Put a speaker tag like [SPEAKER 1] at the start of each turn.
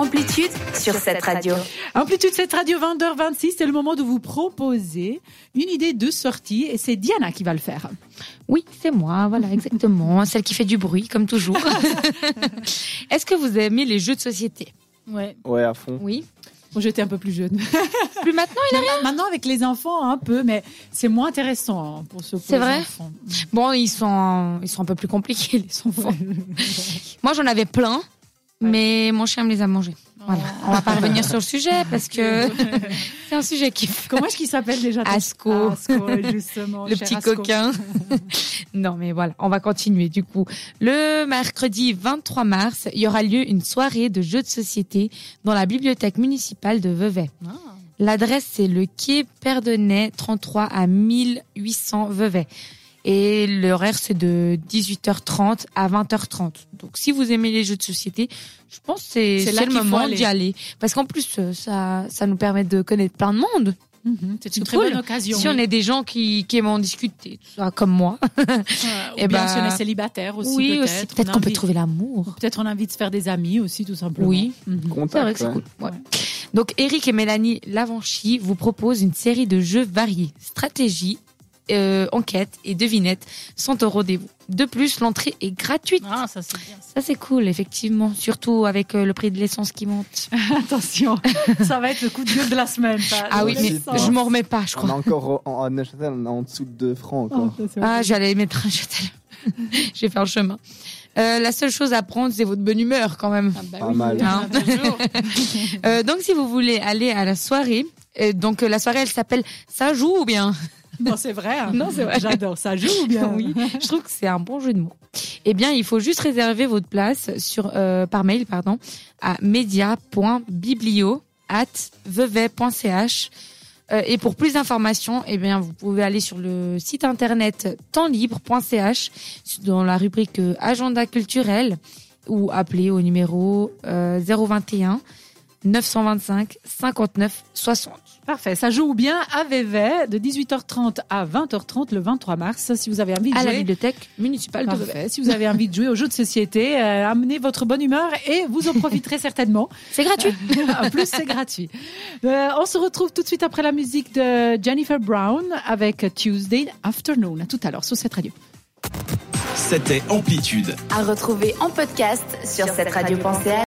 [SPEAKER 1] Amplitude sur cette radio.
[SPEAKER 2] Amplitude cette radio 20h26, c'est le moment de vous proposer une idée de sortie et c'est Diana qui va le faire.
[SPEAKER 3] Oui, c'est moi, voilà, exactement. Celle qui fait du bruit, comme toujours. Est-ce que vous aimez les jeux de société
[SPEAKER 2] Ouais.
[SPEAKER 4] Ouais, à fond.
[SPEAKER 3] Oui.
[SPEAKER 2] Bon, j'étais un peu plus jeune.
[SPEAKER 3] Plus maintenant, il a rien.
[SPEAKER 2] Maintenant avec les enfants un peu, mais c'est moins intéressant hein, pour ce
[SPEAKER 3] C'est vrai Bon, ils sont, ils sont un peu plus compliqués, les enfants. moi, j'en avais plein, mais mon chien me les a mangés. Voilà. On va pas revenir sur le sujet parce que c'est un sujet qui fait
[SPEAKER 2] Comment est-ce qu'il s'appelle déjà ton-
[SPEAKER 3] Asco.
[SPEAKER 2] Ah, Asco, justement.
[SPEAKER 3] le
[SPEAKER 2] cher
[SPEAKER 3] petit
[SPEAKER 2] Asco.
[SPEAKER 3] coquin. non, mais voilà, on va continuer du coup. Le mercredi 23 mars, il y aura lieu une soirée de jeux de société dans la bibliothèque municipale de Vevey.
[SPEAKER 2] Ah.
[SPEAKER 3] L'adresse, c'est le quai Perdonnet 33 à 1800 Vevey. Et l'horaire, c'est de 18h30 à 20h30. Donc, si vous aimez les jeux de société, je pense que c'est
[SPEAKER 2] C'est là
[SPEAKER 3] c'est le
[SPEAKER 2] qu'il faut
[SPEAKER 3] moment
[SPEAKER 2] aller.
[SPEAKER 3] d'y aller. Parce qu'en plus, euh, ça, ça nous permet de connaître plein de monde.
[SPEAKER 2] Mhm, C'est une
[SPEAKER 3] C'est
[SPEAKER 2] très
[SPEAKER 3] cool.
[SPEAKER 2] bonne occasion.
[SPEAKER 3] Si on
[SPEAKER 2] oui.
[SPEAKER 3] est des gens qui, qui aiment en discuter, tout ça, comme moi.
[SPEAKER 2] Euh, ou
[SPEAKER 3] eh
[SPEAKER 2] bien
[SPEAKER 3] ben,
[SPEAKER 2] si on est célibataire aussi,
[SPEAKER 3] oui, aussi.
[SPEAKER 2] peut-être.
[SPEAKER 3] Peut-être
[SPEAKER 2] On
[SPEAKER 3] qu'on peut
[SPEAKER 2] invite-
[SPEAKER 3] trouver l'amour.
[SPEAKER 2] Peut-être on invite faire des amis aussi, tout simplement.
[SPEAKER 3] Oui.
[SPEAKER 2] Mhm.
[SPEAKER 3] C'est
[SPEAKER 4] Contact,
[SPEAKER 3] vrai que c'est
[SPEAKER 4] ouais.
[SPEAKER 3] cool. ouais.
[SPEAKER 2] Ouais.
[SPEAKER 3] Donc, Eric et Mélanie Lavanchy vous proposent une série de jeux variés. Stratégie, euh, enquête et devinette sont au rendez-vous. De plus, l'entrée est gratuite.
[SPEAKER 5] Ah, ça c'est bien. ça.
[SPEAKER 3] Ça, c'est cool, effectivement. Surtout avec euh, le prix de l'essence qui monte.
[SPEAKER 2] Attention, ça va être le coup de gueule de la semaine. ça.
[SPEAKER 3] Ah oui,
[SPEAKER 2] Je
[SPEAKER 3] mais
[SPEAKER 2] le sens.
[SPEAKER 3] je m'en remets pas, je
[SPEAKER 4] On est
[SPEAKER 3] crois.
[SPEAKER 4] encore en, en Neuchâtel, on est en dessous de 2 francs
[SPEAKER 2] Oh,
[SPEAKER 4] encore.
[SPEAKER 2] ça, c'est
[SPEAKER 3] Ah,
[SPEAKER 2] horrible.
[SPEAKER 3] j'allais mettre un jetel. Je vais faire le chemin. Euh, la seule chose à prendre, c'est votre bonne humeur quand même.
[SPEAKER 5] Ah, bah
[SPEAKER 4] Pas
[SPEAKER 5] oui.
[SPEAKER 4] mal.
[SPEAKER 3] Hein
[SPEAKER 5] Toujours.
[SPEAKER 3] Euh, donc, si vous voulez aller à la soirée, euh, donc euh, la soirée, elle s'appelle Ça joue ou bien
[SPEAKER 2] Non, c'est vrai. hein.
[SPEAKER 3] Non, c'est vrai.
[SPEAKER 2] J'adore ça. Joue bien.
[SPEAKER 3] Oui, je trouve que c'est un bon jeu de mots. Eh bien, il faut juste réserver votre place sur, euh, par mail pardon, à media.biblio Euh, et pour plus d'informations, eh bien, vous pouvez aller sur le site internet tempslibre.ch dans la rubrique euh, agenda culturel ou appeler au numéro euh, 021 925 59 60.
[SPEAKER 2] Parfait. Ça joue bien à Vevey de 18h30 à 20h30 le 23 mars. Si vous avez envie de
[SPEAKER 3] à la
[SPEAKER 2] jouer.
[SPEAKER 3] bibliothèque municipale de Vevey.
[SPEAKER 2] Parfait. Si vous avez envie de jouer aux jeux de société, euh, amenez votre bonne humeur et vous en profiterez certainement.
[SPEAKER 3] C'est gratuit.
[SPEAKER 2] en plus, c'est gratuit. Euh, on se retrouve tout de suite après la musique de Jennifer Brown avec Tuesday Afternoon. À tout à l'heure sur cette radio.
[SPEAKER 6] C'était Amplitude.
[SPEAKER 1] À retrouver en podcast sur cette radio.ch.